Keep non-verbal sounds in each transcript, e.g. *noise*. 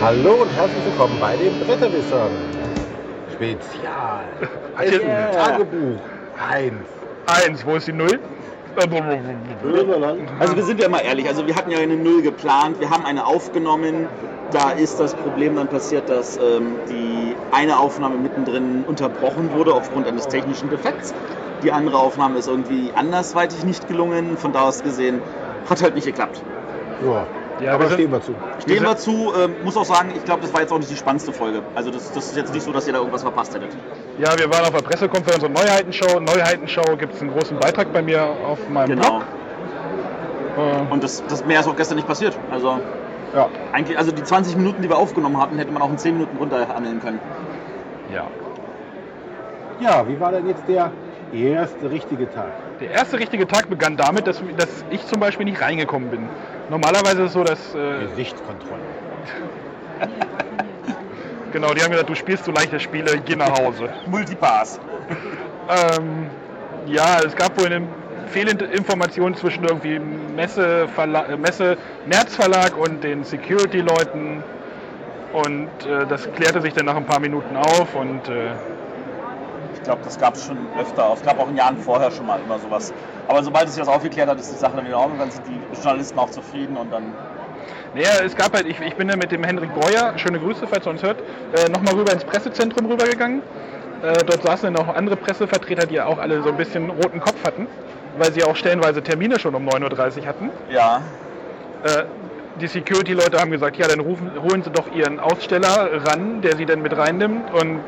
Hallo und herzlich willkommen bei den Bretterwissern. Spezial. *laughs* Essen, Yeah. Tagebuch. Eins. Eins, wo ist die Null? Also wir sind ja mal ehrlich, also wir hatten ja eine Null geplant, wir haben eine aufgenommen, da ist das Problem dann passiert, dass ähm, die eine Aufnahme mittendrin unterbrochen wurde aufgrund eines technischen Defekts. Die andere Aufnahme ist irgendwie andersweitig nicht gelungen, von da aus gesehen hat halt nicht geklappt. Ja. Ja, Aber wir sind- stehen wir zu. Stehen wir zu, ähm, muss auch sagen, ich glaube, das war jetzt auch nicht die spannendste Folge. Also das, das ist jetzt nicht so, dass ihr da irgendwas verpasst hättet. Ja, wir waren auf der Pressekonferenz und Neuheitenshow. Neuheitenshow gibt es einen großen Beitrag bei mir auf meinem Genau. Blog. Und das, das mehr ist auch gestern nicht passiert. Also Äh, ja. eigentlich, also die 20 Minuten, die wir aufgenommen hatten, hätte man auch in 10 Minuten runterhandeln können. ja. Ja, wie war denn jetzt der erste richtige Tag? Der erste richtige Tag begann damit, dass, dass ich zum Beispiel nicht reingekommen bin. Normalerweise ist es so, dass... Äh, Gesichtskontrolle. Genau, die haben gesagt, du spielst so leichte Spiele, geh nach Hause. Multipass. Ähm, ja, es gab wohl eine Fehlinformation zwischen irgendwie Messe, Verla- äh, Messe Nerz Verlag und den Security-Leuten. Und äh, das klärte sich dann nach ein paar Minuten auf und äh, Ich glaube, das gab es schon öfter. Ich glaube auch in Jahren vorher schon mal immer sowas. Aber sobald es sich das aufgeklärt hat, ist die Sache dann wieder in Ordnung. Dann sind die Journalisten auch zufrieden und dann. naja, es gab halt, ich, ich bin dann mit dem Hendrik Breuer, schöne Grüße, falls er uns hört, äh, nochmal rüber ins Pressezentrum rübergegangen. Äh, dort saßen dann auch andere Pressevertreter, die ja auch alle so ein bisschen roten Kopf hatten, weil sie auch stellenweise Termine schon um 9.30 Uhr hatten. Ja. Äh, die Security-Leute haben gesagt, ja, dann rufen, holen Sie doch Ihren Aussteller ran, der Sie dann mit reinnimmt und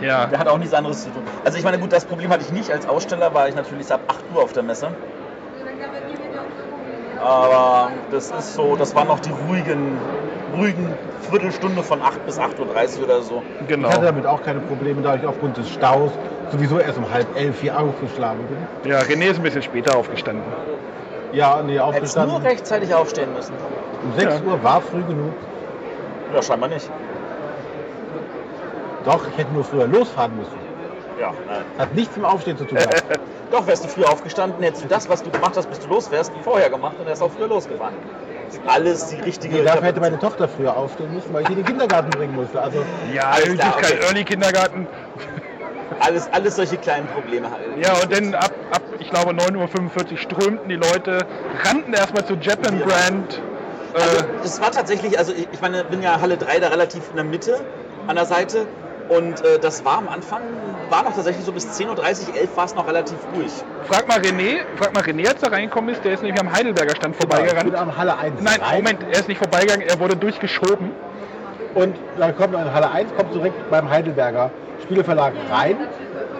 ja, Der hat auch nichts anderes zu tun. Also ich meine, gut, das Problem hatte ich nicht als Aussteller, war ich natürlich ab 8 Uhr auf der Messe. Aber das ist so, das waren noch die ruhigen, ruhigen Viertelstunde von 8 bis 8.30 Uhr oder so. Ich hatte genau. damit auch keine Probleme, da ich aufgrund des Staus sowieso erst um halb elf hier aufgeschlagen bin. Ja, René ist ein bisschen später aufgestanden. Ja, nee, Hättest nur aufgestanden. rechtzeitig aufstehen müssen. Um 6 Ja. Uhr war früh genug. Ja, scheinbar nicht. Doch, ich hätte nur früher losfahren müssen. Ja, nein. Hat nichts mit dem Aufstehen zu tun *laughs* gehabt. Doch, wärst du früher aufgestanden, hättest du das, was du gemacht hast, bis du los wärst, vorher gemacht und wärst auch früher losgefahren. Das ist alles die richtige Nee, dafür hätte meine Tochter früher aufstehen müssen, weil ich sie in den Kindergarten bringen musste. Also, Ja, Alles klar, Hütigkeit, okay. Early Kindergarten. alles, alles solche kleinen Probleme halt. Ja, und äh, dann ab, ab ich glaube, 9.45 Uhr strömten die Leute, rannten erstmal zu Japan Ja. Brand. Also, Äh, das war tatsächlich, also ich, ich meine, bin ja Halle 3 da relativ in der Mitte an der Seite und äh, das war am Anfang, war noch tatsächlich so bis 10.30 Uhr, 11 war es noch relativ ruhig. frag mal René, frag mal René, als er reingekommen ist, der ist nämlich am Heidelberger Stand ich vorbeigerannt. bin am Halle 1 Nein, rein. Moment, er ist nicht vorbeigegangen, er wurde durchgeschoben. Und dann kommt an Halle 1, kommt direkt beim Heidelberger Spieleverlag rein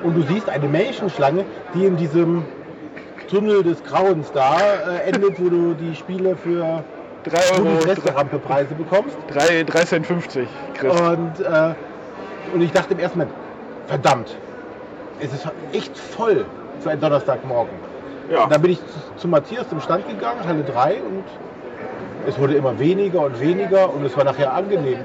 und du siehst eine Menschenschlange, die in diesem Tunnel des Grauens da äh, endet, wo du die Spiele für 3 Euro, Bundesresterampepreise bekommst. 3, 3,50 Chris. Und, äh, und ich dachte im ersten Moment, verdammt, es ist echt voll für einen Donnerstagmorgen. Ja. Und dann bin ich zu, zu Matthias zum Stand gegangen, Halle 3, und es wurde immer weniger und weniger und es war nachher angenehm.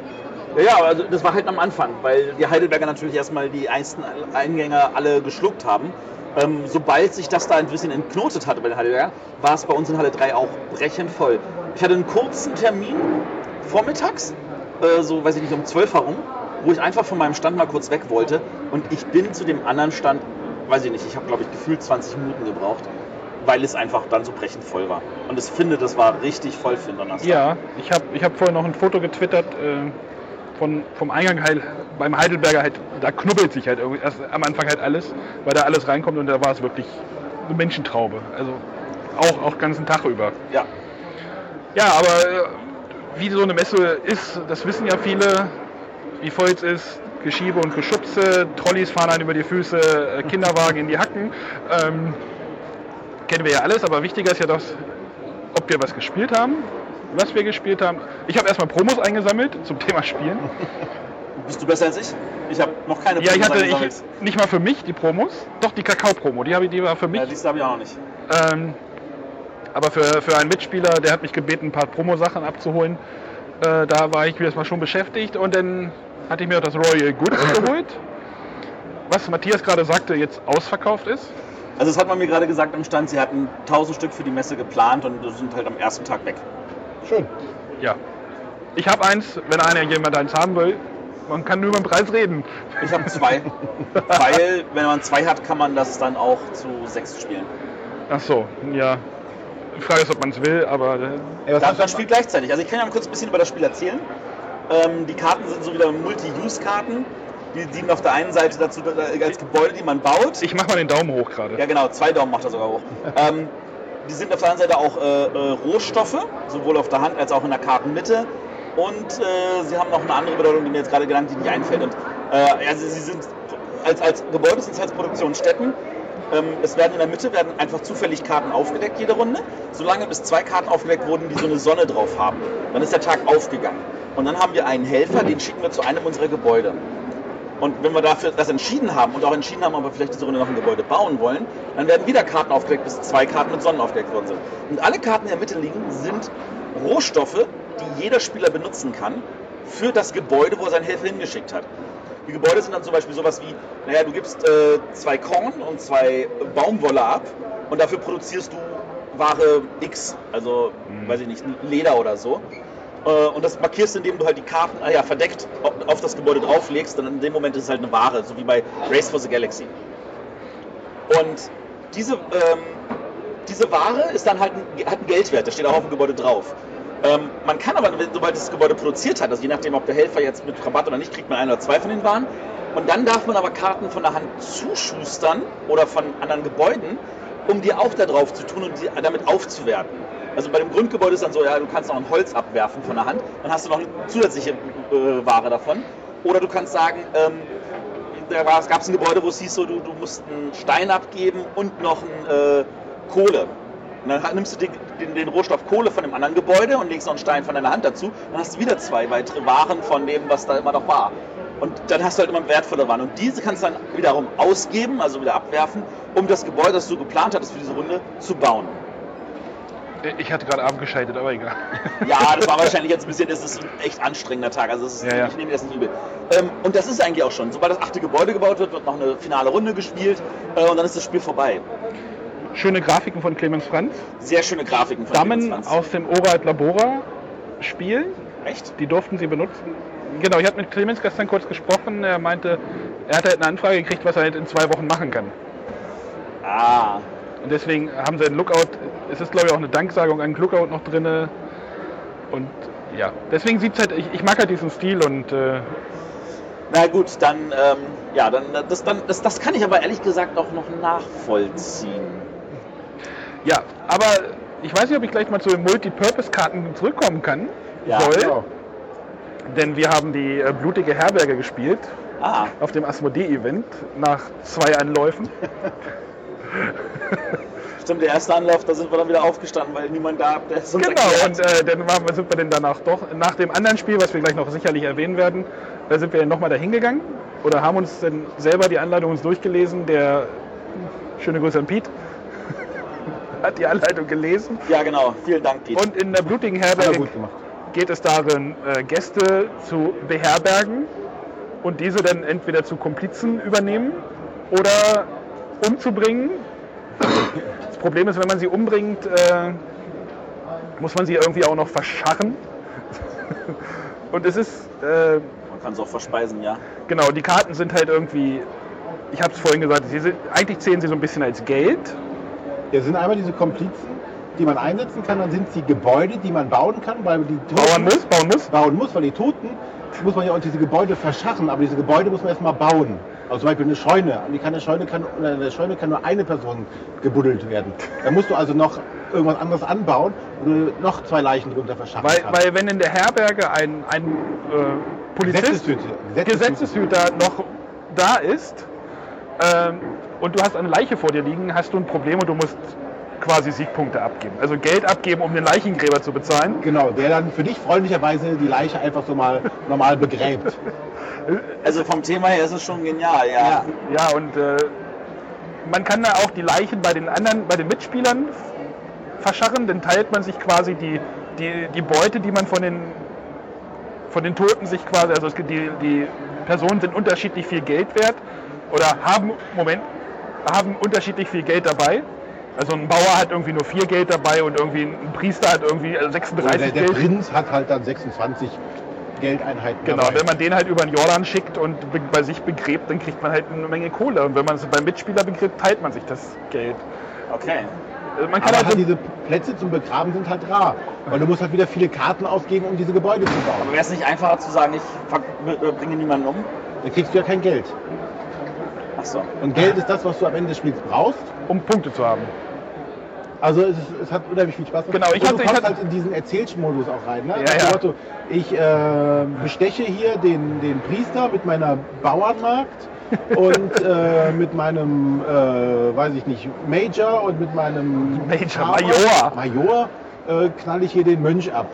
Ja, also das war halt am Anfang, weil die Heidelberger natürlich erstmal die ersten Eingänge alle geschluckt haben. Ähm, sobald sich das da ein bisschen entknotet hatte bei den Heidelberger, war es bei uns in Halle 3 auch brechend voll. Ich hatte einen kurzen Termin vormittags, äh, so weiß ich nicht, um 12 herum, wo ich einfach von meinem Stand mal kurz weg wollte und ich bin zu dem anderen Stand, weiß ich nicht, ich habe glaube ich gefühlt 20 Minuten gebraucht, weil es einfach dann so brechend voll war. Und ich finde, das war richtig voll für den Donnerstag. Ja, ich habe ich hab vorhin noch ein Foto getwittert äh, von, vom Eingang halt, beim Heidelberger halt, da knubbelt sich halt irgendwie erst am Anfang halt alles, weil da alles reinkommt und da war es wirklich eine Menschentraube. Also auch, auch ganzen Tag über. ja. Ja, aber äh, wie so eine Messe ist, das wissen ja viele, wie voll es ist. Geschiebe und Geschubse, Trolleys fahren einen über die Füße, äh, Kinderwagen in die Hacken. Ähm, kennen wir ja alles, aber wichtiger ist ja das, ob wir was gespielt haben, was wir gespielt haben. Ich habe erstmal Promos eingesammelt zum Thema Spielen. Bist du besser als ich? Ich habe noch keine Ja, ich Prognosen hatte eingesammelt. ich, nicht mal für mich die Promos, doch die Kakao-Promo, die, hab ich- die war für mich. Ja, siehst du, habe ich auch noch nicht. Ähm, aber für, für einen Mitspieler, der hat mich gebeten, ein paar Promo-Sachen abzuholen. Äh, da war ich erstmal schon beschäftigt und dann hatte ich mir auch das Royal Goods geholt. Was Matthias gerade sagte, jetzt ausverkauft ist. Also das hat man mir gerade gesagt am Stand, sie hatten 1000 Stück für die Messe geplant und sind halt am ersten Tag weg. Schön. Ja. Ich habe eins, wenn einer jemand eins haben will. Man kann nur über den Preis reden. Ich *laughs* habe zwei. Weil, wenn man zwei hat, kann man das dann auch zu sechs spielen. Ach so, ja. Die Frage ist, ob man es will, aber äh, Ey, was Das, hast du- das spielt gleichzeitig. Also ich kann ja mal kurz ein bisschen über das Spiel erzählen. Ähm, die Karten sind so wieder Multi-Use-Karten. Die dienen auf der einen Seite dazu äh, als Gebäude, die man baut. ich mache mal den Daumen hoch gerade. Ja genau, zwei Daumen macht er sogar hoch. ähm, die sind auf der anderen Seite auch äh, äh, Rohstoffe, sowohl auf der Hand als auch in der Kartenmitte. Und äh, sie haben noch eine andere Bedeutung, die mir jetzt gerade genannt, die nicht einfällt. Und, äh, also sie sind als, als Gebäude sind sie als Produktionsstätten. Ähm, es werden in der Mitte werden einfach zufällig Karten aufgedeckt jede Runde, solange bis zwei Karten aufgedeckt wurden, die so eine Sonne drauf haben. Dann ist der Tag aufgegangen. Und dann haben wir einen Helfer, den schicken wir zu einem unserer Gebäude. Und wenn wir dafür das entschieden haben und auch entschieden haben, ob wir vielleicht diese Runde noch ein Gebäude bauen wollen, dann werden wieder Karten aufgedeckt, bis zwei Karten mit Sonnen aufgedeckt worden sind. Und alle Karten, die in der Mitte liegen, sind Rohstoffe, die jeder Spieler benutzen kann für das Gebäude, wo er seinen Helfer hingeschickt hat. Die Gebäude sind dann zum Beispiel sowas wie, naja, du gibst äh, zwei Korn und zwei Baumwolle ab und dafür produzierst du Ware X, also, weiß ich nicht, Leder oder so. Äh, Und das markierst, indem du halt die Karten ah ja, verdeckt auf- auf das Gebäude drauflegst. Und in dem Moment ist es halt eine Ware, so wie bei Race for the Galaxy. Und diese, ähm, diese Ware ist dann halt ein, hat einen Geldwert, der steht auch auf dem Gebäude drauf. Ähm, man kann aber, sobald das Gebäude produziert hat, also je nachdem, ob der Helfer jetzt mit Rabatt oder nicht, kriegt man ein oder zwei von den Waren. Und dann darf man aber Karten von der Hand zuschustern oder von anderen Gebäuden, um die auch da drauf zu tun und die damit aufzuwerten. Also bei dem Grundgebäude ist dann so, ja, du kannst noch ein Holz abwerfen von der Hand, dann hast du noch eine zusätzliche äh, Ware davon. Oder du kannst sagen, ähm, da gab es ein Gebäude, wo es hieß, so, du, du musst einen Stein abgeben und noch ein, äh, Kohle. Und dann nimmst du den, den, den Rohstoff Kohle von dem anderen Gebäude und legst noch einen Stein von deiner Hand dazu. Dann hast du wieder zwei weitere Waren von dem, was da immer noch war. Und dann hast du halt immer wertvolle Waren. Und diese kannst du dann wiederum ausgeben, also wieder abwerfen, um das Gebäude, das du geplant hattest für diese Runde, zu bauen. Ich hatte gerade Abend geschaltet, aber egal. Ja, das war wahrscheinlich jetzt ein bisschen, das ist ein echt anstrengender Tag. Also es ist, Ja, ja. ich nehme das nicht übel. Ähm, und das ist eigentlich auch schon. Sobald das achte Gebäude gebaut wird, wird noch eine finale Runde gespielt äh, und dann ist das Spiel vorbei. Schöne Grafiken von Clemens Franz. Sehr schöne Grafiken von Damen 24. aus dem Oberalt Labora Spiel. Echt? Die durften sie benutzen. Genau, ich habe mit Clemens gestern kurz gesprochen. Er meinte, er hat halt eine Anfrage gekriegt, was er halt in zwei Wochen machen kann. Ah, Und deswegen haben sie einen Lookout. Es ist, glaube ich, auch eine Danksagung an Lookout noch drin. Und ja, deswegen sieht halt, ich, ich mag halt diesen Stil und äh, na gut, dann, ähm, ja, dann, das, dann das, das kann ich aber ehrlich gesagt auch noch nachvollziehen. ja, aber ich weiß nicht, ob ich gleich mal zu den Multipurpose-Karten zurückkommen kann. Ja, soll, Genau. denn wir haben die äh, blutige Herberge gespielt Ah, auf dem Asmodee-Event nach zwei Anläufen. stimmt, der erste Anlauf, da sind wir dann wieder aufgestanden, weil niemand da der es uns erklärt Genau, hat. und äh, dann waren, wir- sind wir denn danach doch, nach dem anderen Spiel, was wir gleich noch sicherlich erwähnen werden, da sind wir dann nochmal dahin gegangen oder haben uns dann selber die Anleitung uns durchgelesen. Der schöne Grüße an Piet *laughs* hat die Anleitung gelesen. Ja, genau. Vielen Dank, Pete. Und in der blutigen Hat er Herberge gut gemacht. geht es darin, äh, Gäste zu beherbergen und diese dann entweder zu Komplizen übernehmen oder umzubringen. Das Problem ist, wenn man sie umbringt, äh, muss man sie irgendwie auch noch verscharren. *laughs* Und es ist, äh, Man kann es auch verspeisen, ja. genau, die Karten sind halt irgendwie, ich habe es vorhin gesagt, sie sind, eigentlich zählen sie so ein bisschen als Geld. Ja, sind einmal diese Komplizen, die man einsetzen kann, dann sind es die Gebäude, die man bauen kann, weil die Toten Bauern muss, bauen muss. bauen muss, weil die Toten muss man ja auch diese Gebäude verschaffen, aber diese Gebäude muss man erstmal bauen. Also zum Beispiel eine Scheune. An die kann eine Scheune kann, oder in der Scheune kann nur eine Person gebuddelt werden. Da musst du also noch irgendwas anderes anbauen, wo du noch zwei Leichen drunter verschaffen Weil, kannst. weil wenn in der Herberge ein, ein äh, Polizist, Gesetzeshüter- Gesetzeshüter noch da ist ähm, und du hast eine Leiche vor dir liegen, hast du ein Problem und du musst quasi Siegpunkte abgeben. Also Geld abgeben, um den Leichengräber zu bezahlen. Genau, der dann für dich freundlicherweise die Leiche einfach so mal normal begräbt. Also vom Thema her ist es schon genial, ja. Ja. Ja, und äh, man kann da auch die Leichen bei den anderen, bei den Mitspielern f- verscharren, dann teilt man sich quasi die, die, die Beute, die man von den, von den Toten sich quasi, also es gibt die, die Personen sind unterschiedlich viel Geld wert oder haben, Moment, haben unterschiedlich viel Geld dabei Also ein Bauer hat irgendwie nur 4 Geld dabei und irgendwie ein Priester hat irgendwie also Und 36 der, der Geld. Prinz hat halt dann 26 Geldeinheiten. Genau, dabei. wenn man den halt über den Jordan schickt und be- bei sich begräbt, dann kriegt man halt eine Menge Kohle. Und wenn man es beim Mitspieler begräbt, teilt man sich das Geld. Okay. Also man kann Aber halt halt so, diese Plätze zum Begraben sind halt rar. Weil du musst halt wieder viele Karten ausgeben, um diese Gebäude zu Aber bauen. wäre es nicht einfacher zu sagen, ich ver- äh, bringe niemanden um? Da kriegst du ja kein Geld. Ach so. Und Geld ist das, was du am Ende des Spiels brauchst. um Punkte zu haben. Also es, ist, es hat unheimlich viel Spaß. gemacht. Genau, ich und hatte- du ich kommst hatte- halt in diesen Erzählmodus auch rein. Ne? Ja, Nach dem ja. Motto, ich äh, besteche hier den, den Priester mit meiner *laughs* Bauernmarkt und äh, mit meinem, äh, weiß ich nicht, Major und mit meinem Major, Farmer- Major. Major äh, knall ich hier den Mönch ab.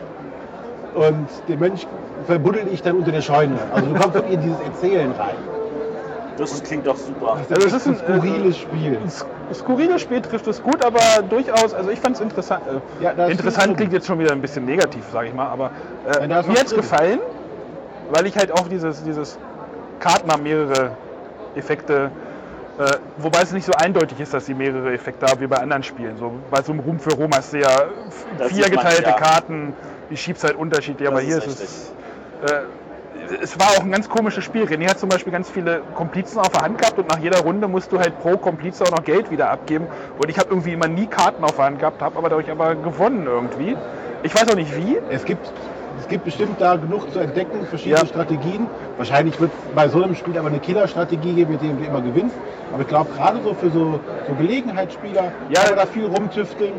Und den Mönch verbuddel ich dann unter der Scheune. Also du kommst in dieses Erzählen rein. Das klingt doch super. Also es ist ein, äh, skurriles Spiel. Ein sk- skurriles Spiel trifft es gut, aber durchaus, also ich fand es interessant. Äh, Ja, da ist viel interessant drin. klingt jetzt schon wieder ein bisschen negativ, sage ich mal, aber äh, Nein, da ist mir was hat es drin. gefallen, weil ich halt auch dieses, dieses Karten haben mehrere Effekte, äh, wobei es nicht so eindeutig ist, dass sie mehrere Effekte haben wie bei anderen Spielen. So, bei so einem Ruhm für Rom hast du ja f- Das vier sieht man, geteilte ja. Karten, die schiebst halt unterschiedlich, aber Das hier ist ist es. Äh, es war auch ein ganz komisches Spiel. René hat zum Beispiel ganz viele Komplizen auf der Hand gehabt und nach jeder Runde musst du halt pro Komplize auch noch Geld wieder abgeben. Und ich habe irgendwie immer nie Karten auf der Hand gehabt, habe aber dadurch aber gewonnen irgendwie. Ich weiß auch nicht wie. Es gibt, es gibt bestimmt da genug zu entdecken, verschiedene Ja. Strategien. Wahrscheinlich wird es bei so einem Spiel aber eine Killerstrategie geben, mit der du immer gewinnst. Aber ich glaube, gerade so für so, so Gelegenheitsspieler Ja. kann man da viel rumtüfteln.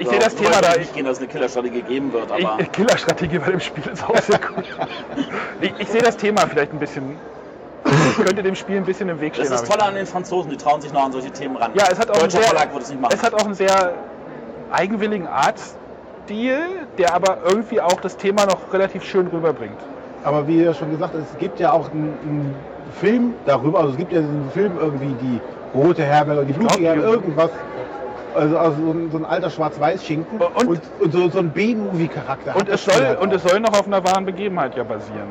Ich sehe das So Thema weit da. würde Ich nicht gehen, dass es eine Killerstrategie geben wird, Ich, aber. ich- Killerstrategie bei dem Spiel ist auch sehr *laughs* gut. ich ich sehe das Thema vielleicht ein bisschen. könnte dem Spiel ein bisschen im Weg stehen. Das ist hab ich toll an den Franzosen, die trauen sich noch an solche Themen ran. Ja, es hat auch einen Deutscher sehr, Verlag würde es nicht machen. Es hat auch einen sehr eigenwilligen Artstil, der aber irgendwie auch das Thema noch relativ schön rüberbringt. Aber wie ja schon gesagt, es gibt ja auch einen, einen Film darüber. Also es gibt ja diesen Film irgendwie die rote Herberge, die glaub, blutige Herberge, die- irgendwas. Also, also so, ein, so ein alter Schwarz-Weiß-Schinken Und- und, und so, so ein B-Movie-Charakter. Und hat das es, Spiel soll, halt und auch. ne? es soll noch auf einer wahren Begebenheit ja basieren.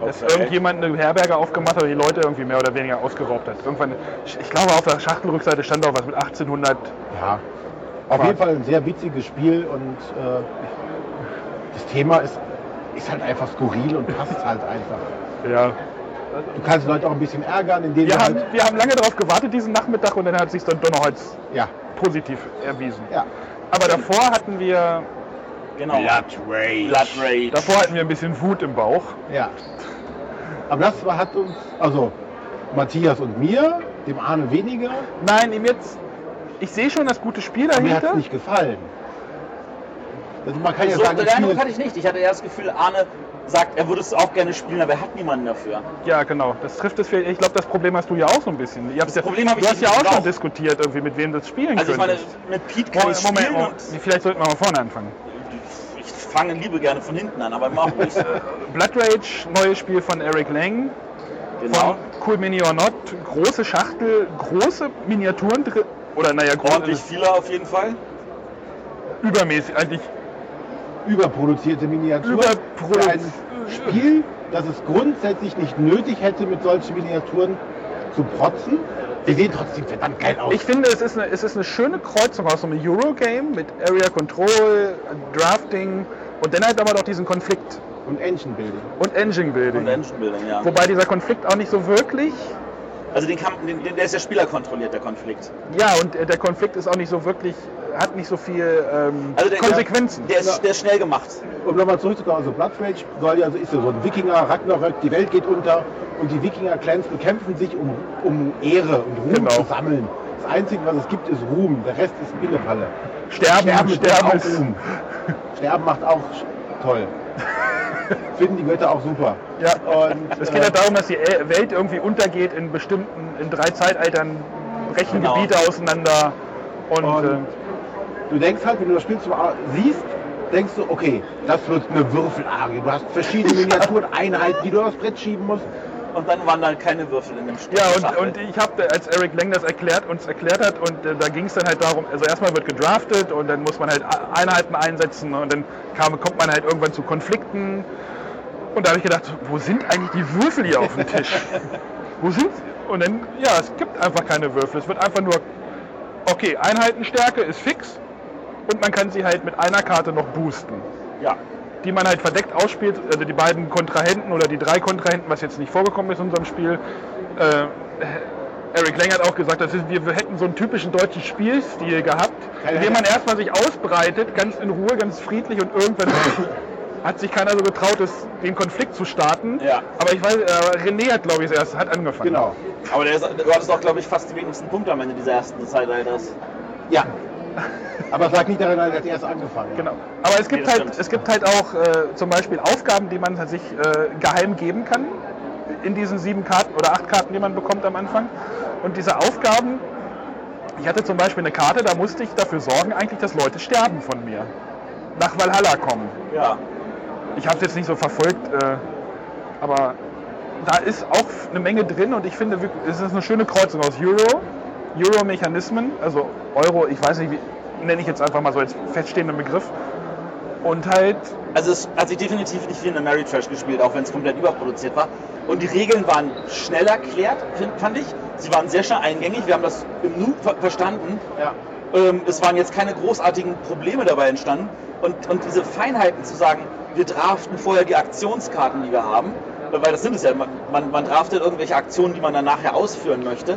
Ja? Dass Okay. irgendjemand eine Herberge aufgemacht hat und die Leute irgendwie mehr oder weniger ausgeraubt hat. Irgendwann, ich glaube, auf der Schachtelrückseite stand auch was mit 1800. Ja, auf Quatsch. jeden Fall ein sehr witziges Spiel und äh, das Thema ist, ist halt einfach skurril und passt halt einfach. Ja. Du kannst Leute auch ein bisschen ärgern, indem Wir du haben, halt, wir haben lange darauf gewartet, diesen Nachmittag, und dann hat sich dann doch noch als ja, positiv erwiesen. ja. Aber davor hatten wir, genau. Rage. Blood Rage. davor hatten wir ein bisschen Wut im Bauch. Ja. Aber das war- hat uns, also Matthias und mir, dem Arne weniger, Nein, ihm jetzt. Ich sehe schon das gute Spiel aber mir hat es dahinter. nicht gefallen. Also man kann ja so, sagen, den das Spiel Eindruck ist- hatte ich nicht. Ich hatte eher das Gefühl, Arne sagt, er würde es auch gerne spielen, aber er hat niemanden dafür. Ja, genau. Das trifft es. vielleicht- Ich glaube, das Problem hast du ja auch so ein bisschen. Ihr habt Das ja, Problem hab du ich hast ja nicht auch schon drauf. diskutiert, irgendwie, mit wem das spielen Also ich meine, könntest. mit Pete kann ich Moment, spielen Moment, vielleicht sollten wir mal vorne anfangen. und ich fange lieber gerne von hinten an, aber mach *laughs* ruhig. Blood Rage, neues Spiel von Eric Lang. genau. Von cool Mini or Not. Große Schachtel, große Miniaturen drin. Oder naja, groß- Ordentlich viele auf jeden Fall. übermäßig. Eigentlich überproduzierte Miniatur. Überprodu- Für ein Spiel, das es grundsätzlich nicht nötig hätte, mit solchen Miniaturen zu protzen. Sie sehen trotzdem verdammt geil aus. Ich finde, es ist eine, es ist eine schöne Kreuzung aus so einem Eurogame mit Area Control, Drafting und dann halt aber noch diesen Konflikt Und Engine Building. und Engine Und Building. Engine Building, ja. Wobei dieser Konflikt auch nicht so wirklich, Also den kann, den, den, der ist der Spieler kontrolliert, der Konflikt. ja, und äh, der Konflikt ist auch nicht so wirklich, hat nicht so viel ähm, Also der, Konsequenzen. Der, der, ist, der ist schnell gemacht. Um nochmal zurückzukommen, also Blood Rage soll ja, also ist ja so ein Wikinger, Ragnarök, die Welt geht unter und die Wikinger-Clans bekämpfen sich um, um Ehre und Ruhm Genau. zu sammeln. Das Einzige, was es gibt, ist Ruhm. Der Rest ist Pillepalle. Sterben, Sterben, ist ja auch ist, Ruhm. Sterben macht auch *laughs* toll. Finden die Götter auch super. ja. Und, *laughs* Es geht äh, ja darum, dass die Ä- Welt irgendwie untergeht in bestimmten, in drei Zeitaltern, brechen Genau. Gebiete auseinander und, Und äh, du denkst halt, wenn du das Spiel zum Au- siehst, denkst du, okay, das wird eine Würfelarge. Du hast verschiedene *laughs* Miniaturen, Einheiten, die du aufs Brett schieben musst. Und dann waren da keine Würfel in dem Spiel. Ja, und, und ich habe, als Eric Lang das erklärt, uns erklärt hat, und äh, da ging es dann halt darum, also erstmal wird gedraftet und dann muss man halt A- Einheiten einsetzen und dann kam, kommt man halt irgendwann zu Konflikten. Und da habe ich gedacht, wo sind eigentlich die Würfel hier auf dem Tisch? wo sind sie? Und dann, ja, es gibt einfach keine Würfel. Es wird einfach nur okay, Einheitenstärke ist fix und man kann sie halt mit einer Karte noch boosten. Ja. Die man halt verdeckt ausspielt, also die beiden Kontrahenten oder die drei Kontrahenten, was jetzt nicht vorgekommen ist in unserem Spiel. Äh, Eric Lang hat auch gesagt, das ist, wir, wir hätten so einen typischen deutschen Spielstil gehabt, in dem man erstmal sich ausbreitet, ganz in Ruhe, ganz friedlich und irgendwann hat sich keiner so getraut, das, den Konflikt zu starten. Ja. Aber ich weiß, äh, René hat, glaube ich, erst hat angefangen. Genau. Aber der ist, du hattest auch, glaube ich, fast die wenigsten Punkte am Ende dieser ersten Zeitalters. Ja. Aber es lag nicht daran, dass er erst angefangen hat. Genau. Aber es gibt, Nee, das halt, stimmt. es gibt halt auch äh, zum Beispiel Aufgaben, die man sich äh, geheim geben kann in diesen sieben Karten oder acht Karten, die man bekommt am Anfang. Und diese Aufgaben, ich hatte zum Beispiel eine Karte, da musste ich dafür sorgen, eigentlich, dass Leute sterben von mir. Nach Valhalla kommen. Ja. Ich habe es jetzt nicht so verfolgt, äh, aber da ist auch eine Menge drin und ich finde, wirk- es ist eine schöne Kreuzung aus Euro, Euro-Mechanismen, also Euro, ich weiß nicht, wie nenne ich jetzt einfach mal so als feststehenden Begriff. Und halt, Also es hat sich definitiv nicht wie in der Mary Trash gespielt, auch wenn es komplett überproduziert war. Und die Regeln waren schnell erklärt, find- fand ich. Sie waren sehr schnell eingängig, wir haben das im Nu ver verstanden. Ja. Ähm, es waren jetzt keine großartigen Probleme dabei entstanden. Und, und diese Feinheiten zu sagen, wir draften vorher die Aktionskarten, die wir haben, äh, weil das sind es ja, man, man, man draftet irgendwelche Aktionen, die man dann nachher ausführen möchte.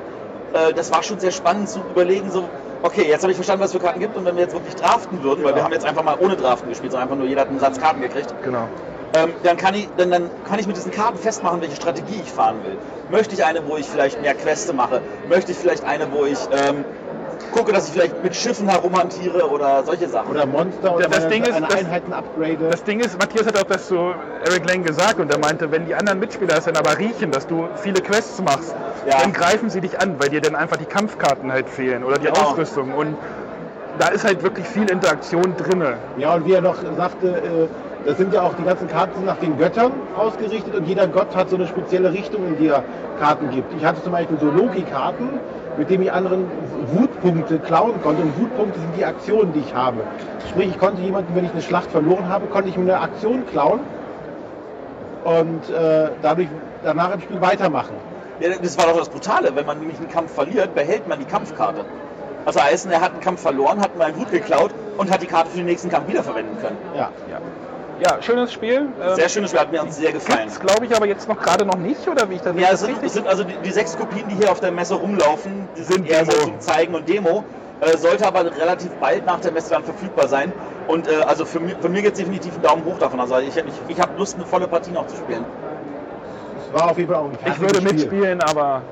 Äh, das war schon sehr spannend zu überlegen, so, okay, jetzt habe ich verstanden, was es für Karten gibt und wenn wir jetzt wirklich draften würden, weil wir Genau. haben jetzt einfach mal ohne Draften gespielt, sondern einfach nur jeder hat einen Satz Karten gekriegt, genau. ähm, dann, kann ich, dann, dann kann ich mit diesen Karten festmachen, welche Strategie ich fahren will. Möchte ich eine, wo ich vielleicht mehr Queste mache? Möchte ich vielleicht eine, wo ich ähm, gucke, dass ich vielleicht mit Schiffen herumhantiere oder solche Sachen? Oder Monster oder Das meine- Ding ist, eine das- Einheiten upgrade. Das Ding ist, Matthias hat auch das zu Eric Lang gesagt und er meinte, wenn die anderen Mitspieler es dann aber riechen, dass du viele Quests machst, Ja. dann greifen sie dich an, weil dir dann einfach die Kampfkarten halt fehlen oder die Genau. Ausrüstung. Und da ist halt wirklich viel Interaktion drinne. Ja, und wie er noch sagte, äh, das sind ja auch die ganzen Karten sind nach den Göttern ausgerichtet und jeder Gott hat so eine spezielle Richtung, in die er Karten gibt. Ich hatte zum Beispiel so Logikarten, mit denen ich anderen Wutpunkte klauen konnte. Und Wutpunkte sind die Aktionen, die ich habe. Sprich, ich konnte jemanden, wenn ich eine Schlacht verloren habe, konnte ich mir eine Aktion klauen und äh, dadurch danach im Spiel weitermachen. Ja, das war doch das Brutale. Wenn man nämlich einen Kampf verliert, behält man die Kampfkarte. Also heißen, er hat einen Kampf verloren, hat meinen Hut geklaut und hat die Karte für den nächsten Kampf wiederverwenden können. Ja. Ja, schönes Spiel. Ähm, Sehr schönes Spiel, hat mir uns sehr gefallen. Gibt's, glaube ich, aber jetzt noch gerade noch nicht, oder wie ich das Ja, es das sind, es sind also die, die sechs Kopien, die hier auf der Messe rumlaufen, die sind Sind eher so Demo. zum Zeigen und Demo. Äh, sollte aber relativ bald nach der Messe dann verfügbar sein. Und äh, also für, mi- von mir gibt es definitiv einen Daumen hoch davon. Also ich, ich, ich habe Lust, eine volle Partie noch zu spielen. Es war auf jeden Fall auch ein Ich würde fertiges Spiel. mitspielen, aber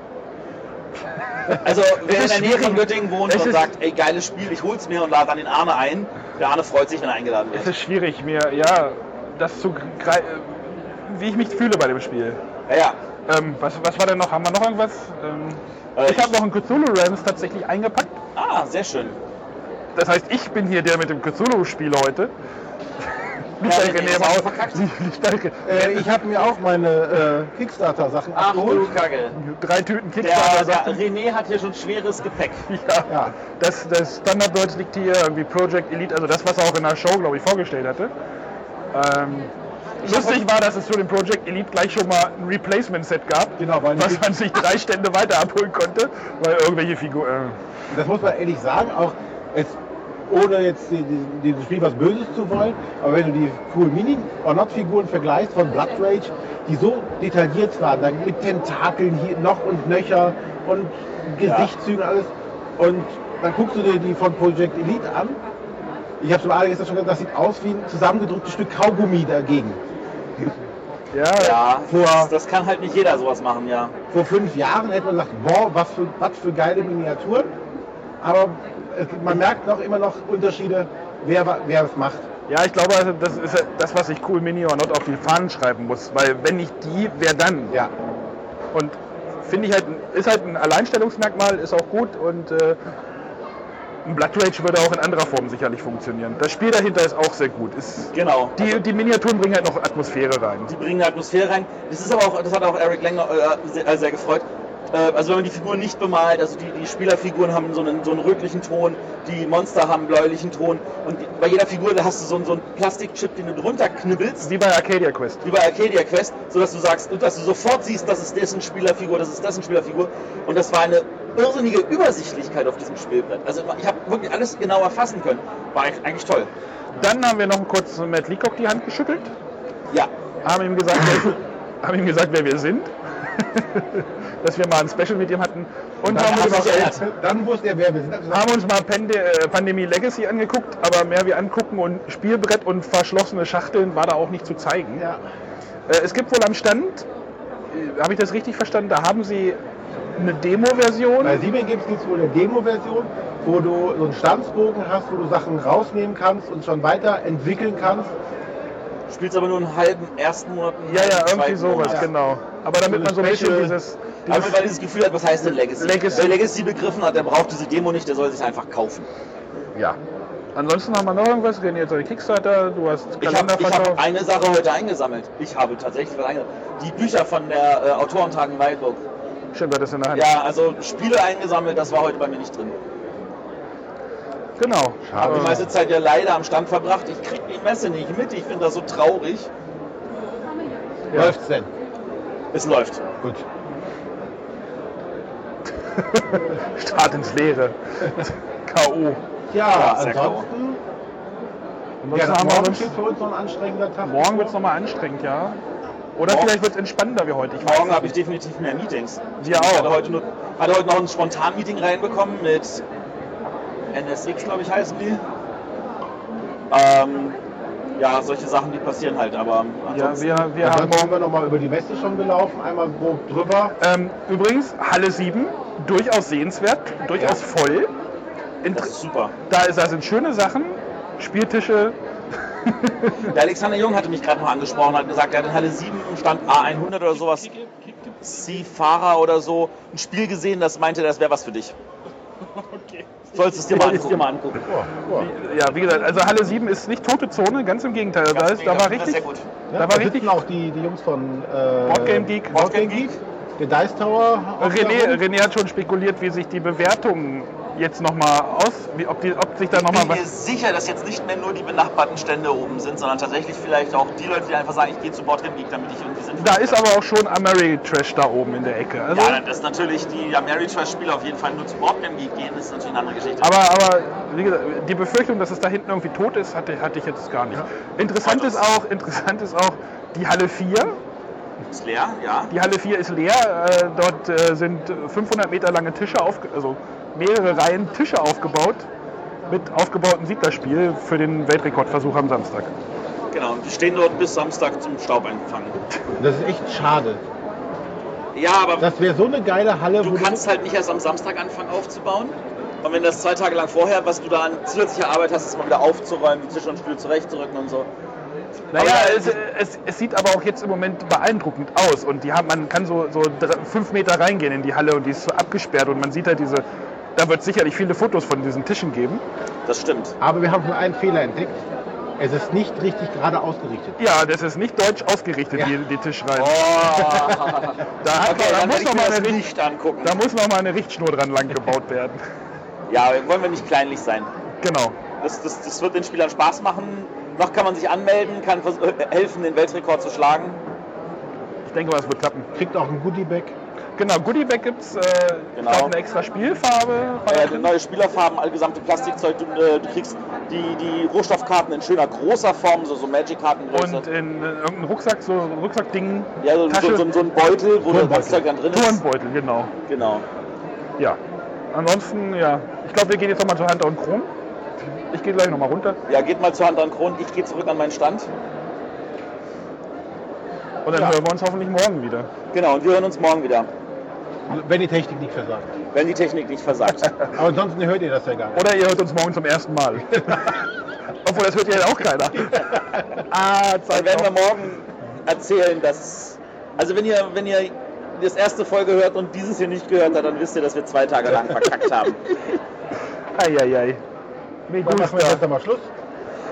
Also *laughs* wer in ist der Nähe von schwierig. Göttingen wohnt Es und ist- sagt, ey, geiles Spiel, ich hol's mir und lade dann den Arne ein. Der Arne freut sich, wenn er eingeladen es *laughs* wird. ist schwierig, mir, ja, das zu grei- wie ich mich fühle bei dem Spiel. Ja, ja. Ähm, was, was war denn noch? Haben wir noch irgendwas? Ähm, Äh, ich habe noch einen Cthulhu Rams tatsächlich eingepackt. Ah, sehr schön. Das heißt, ich bin hier der mit dem Cthulhu-Spiel heute. Liegt Ja, an nee, René das im hast Haus. du verkackt. *laughs* Liegt an René. Äh, ich habe mir auch meine äh, Kickstarter-Sachen Ach also, du abgeholt. Kacke. Drei Tüten Der, Kickstarter. der sagte- René hat hier schon schweres Gepäck. Ja, Ja. Das, das Standarddeutsch liegt hier irgendwie Project Elite, also das, was er auch in der Show, glaube ich, vorgestellt hatte. Ähm, lustig war, dass es zu dem Project Elite gleich schon mal ein Replacement-Set gab, Genau, weil was man sich drei Stände weiter abholen konnte, weil irgendwelche äh, Figuren. das muss man ehrlich sagen, auch es, ohne jetzt die- die- diesem Spiel was Böses zu wollen, aber wenn du die Cool Mini or Not Figuren vergleichst von Blood Rage, die so detailliert waren, dann mit Tentakeln hier noch und nöcher und Gesichtszügen alles und dann guckst du dir die von Project Elite an. Ich habe schon mal gestern schon gesagt, das sieht aus wie ein zusammengedrücktes Stück Kaugummi dagegen. Ja, Ja, Vor- das, das kann halt nicht jeder sowas machen, ja. Vor fünf Jahren hätte man gesagt, boah, was für, was für geile Miniaturen. Aber es, man merkt noch immer noch Unterschiede, wer, wa- wer es macht. ja, ich glaube, also das ist das, was ich Cool Mini or Not auf die Fahnen schreiben muss, weil wenn nicht die, wer dann? Ja. Und finde ich halt, ist halt ein Alleinstellungsmerkmal, ist auch gut und äh, ein Blood Rage würde auch in anderer Form sicherlich funktionieren. Das Spiel dahinter ist auch sehr gut. Ist, Genau. die, die Miniaturen bringen halt noch Atmosphäre rein. Die bringen eine Atmosphäre rein. Das ist aber auch, das hat auch Eric Langer äh, sehr, äh, sehr gefreut. Äh, also wenn man die Figuren nicht bemalt, also die, die Spielerfiguren haben so einen, so einen rötlichen Ton, die Monster haben einen bläulichen Ton und die, bei jeder Figur da hast du so einen, so einen Plastikchip, den du drunter knibbelst, Wie bei Arcadia Quest. wie bei Arcadia Quest, sodass du sagst, dass du sofort siehst, das ist dessen Spielerfigur, das ist dessen Spielerfigur. Und das war eine irrsinnige Übersichtlichkeit auf diesem Spielbrett. Also ich habe wirklich alles genau erfassen können. War echt- eigentlich toll. Dann haben wir noch kurz Matt Leacock die Hand geschüttelt, Ja, haben ihm gesagt, wer, haben ihm gesagt wer wir sind, *laughs* dass wir mal ein Special mit ihm hatten und haben hat uns, sich auch, erinnert. Dann wusste er, wer wir sind. Hat gesagt, haben uns mal Pande äh, Pandemie Legacy angeguckt, aber mehr wie angucken und Spielbrett und verschlossene Schachteln war da auch nicht zu zeigen. ja. Äh, es gibt wohl am Stand, äh, habe ich das richtig verstanden, da haben sie eine Demo-Version. Bei Siemens gibt es wohl eine Demo-Version, wo du so einen Stanzbogen hast, wo du Sachen rausnehmen kannst und schon weiterentwickeln kannst. spielst aber nur einen halben ersten Monat. einen Ja, ja, halben irgendwie zweiten sowas, Monat. genau. Aber damit man so ein bisschen Special- dieses, Aber dieses weil dieses Gefühl hat, was heißt denn Legacy? Legacy. Wer Legacy begriffen hat, der braucht diese Demo nicht, der soll sich einfach kaufen. Ja. Ansonsten haben wir noch irgendwas. René hat seine Kickstarter, du hast Ich habe Kalender hab verkauft. eine Sache heute eingesammelt. Ich habe tatsächlich was eingesammelt. Die Bücher von der äh, Autorentag in Weilburg. Schön war das in der Hand. Ja, also Spiele eingesammelt, das war heute bei mir nicht drin. Genau. Schade. Die Aber meiste Zeit ja leider am Stand verbracht. Ich krieg die Messe nicht mit, ich finde das so traurig. Ja. Läuft's denn? Es läuft. Gut. Start ins Leere. *laughs* K.O. Ja, Ja, sehr ansonsten. Ansonsten Ja, haben wir morgen uns, steht für uns noch ein anstrengender Tag. morgen wird es nochmal anstrengend, ja. Oder Morgen- vielleicht wird es entspannender wie heute. Ich weiß Morgen es habe ich nicht. definitiv mehr Meetings. Wir Ich hatte auch. heute, nur, hatte heute noch ein Spontan-Meeting reinbekommen mit NSX, glaube ich, heißen die. Ähm, ja, solche Sachen, die passieren halt, aber Ja, ansonsten. wir, wir Ja, haben dann sind morgen. wir nochmal über die Messe schon gelaufen, einmal grob drüber. Ähm, übrigens, Halle 7, durchaus sehenswert, durchaus Ja. voll. das Inter ist super. da, da sind schöne Sachen, Spieltische. Der Alexander Jung hatte mich gerade noch angesprochen, hat gesagt, er hat in Halle 7 im Stand A100 oder sowas, Seafahrer oder so, ein Spiel gesehen, das meinte, das wäre was für dich. Sollst du es dir mal angucken. Ja, ja. Ja, wie gesagt, also Halle 7 ist nicht tote Zone, ganz im Gegenteil. da, ist, da war Das ist richtig, Sehr gut. da Ja, war da richtig sitzen auch die, die Jungs von äh, Board Game Geek. Board Game Geek, der Dice Tower. auch da René, rum. René hat schon spekuliert, wie sich die Bewertungen jetzt nochmal aus, wie, ob, die, ob sich da Ich nochmal bin mir was. sicher, dass jetzt nicht mehr nur die benachbarten Stände oben sind, sondern tatsächlich vielleicht auch die Leute, die einfach sagen, ich gehe zu Boardgame Geek, damit ich irgendwie sind. Da ist aber auch schon Ameritrash da oben in der Ecke. Also, Ja, das ist natürlich die Ameritrash-Spieler auf jeden Fall nur zu Boardgame Geek gehen, ist natürlich eine andere Geschichte. aber, aber wie gesagt, die Befürchtung, dass es da hinten irgendwie tot ist, hatte, hatte ich jetzt gar nicht. Interessant Ja, ist das- auch, interessant ist auch die Halle 4. ist leer, ja. Die Halle 4 ist leer. Äh, dort äh, sind 500 Meter lange Tische aufge also mehrere Reihen Tische aufgebaut mit aufgebautem Siedlerspiel für den Weltrekordversuch am Samstag. Genau, und die stehen dort bis Samstag zum Staub einfangen. Das ist echt schade. Ja, aber Das wäre so eine geile Halle, Du wo du kannst halt nicht erst am Samstag anfangen aufzubauen. Und wenn das zwei Tage lang vorher, was du da an zusätzlicher Arbeit hast, ist mal wieder aufzuräumen, die Tische und Stühle zurechtzurücken und so. Naja, Aber- es, es, es sieht aber auch jetzt im Moment beeindruckend aus und die haben, man kann so, so dr- fünf Meter reingehen in die Halle und die ist so abgesperrt und man sieht halt diese, da wird sicherlich viele Fotos von diesen Tischen geben. Das stimmt. *laughs* Aber wir haben schon einen Fehler entdeckt. Es ist nicht richtig gerade ausgerichtet. Ja, das ist nicht deutsch ausgerichtet, Ja. die, die Tischreihen. Oh. Da, hat Okay, man, da, muss dann muss ich noch mir mal das eine, Richt- nicht angucken. da muss noch mal eine Richtschnur dran lang gebaut *laughs* werden. Ja, wollen wir nicht kleinlich sein. genau. Das, das, das wird den Spielern Spaß machen. Noch kann man sich anmelden, kann vers- äh, helfen, den Weltrekord zu schlagen. Ich denke mal, es wird klappen. Kriegt auch ein Goodiebag. Genau, Goodiebag gibt es, äh, ich Genau. glaub, eine extra Spielfarbe. Äh, neue Spielerfarben, allgesamte Plastikzeug. Du, äh, du kriegst die, die Rohstoffkarten in schöner großer Form, so, so Magic-Kartengröße. und in, äh, irgendeinem Rucksack, so Rucksackding, Ja, so, so, Tasche. so, so ein Beutel, wo Turnbeutel. das Zeug dann drin ist. Turnbeutel, genau. Genau. Ja. Ansonsten, ja. Ich glaube, wir gehen jetzt nochmal zu Hunter und Kron. Ich gehe gleich nochmal runter. Ja, geht mal zur Hand an Kron. Ich gehe zurück an meinen Stand. Und dann Ja. hören wir uns hoffentlich morgen wieder. Genau, und wir hören uns morgen wieder, Wenn die Technik nicht versagt. wenn die Technik nicht versagt. Aber ansonsten hört ihr das ja gar nicht. Oder ihr hört uns morgen zum ersten *laughs* Mal. Obwohl, das hört ja auch keiner. ah, Dann Zeit werden wir noch. morgen erzählen, dass. Also, wenn ihr, wenn ihr das erste Folge hört und dieses hier nicht gehört habt, dann wisst ihr, dass wir zwei Tage lang verkackt haben. Eieiei. Mir Dann machen wir jetzt gusta. einmal Schluss.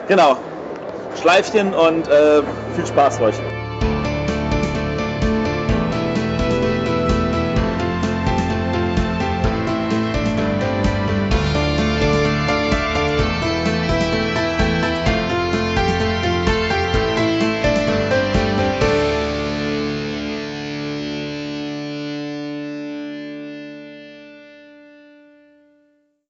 Genau. Schleifchen und äh, viel Spaß euch.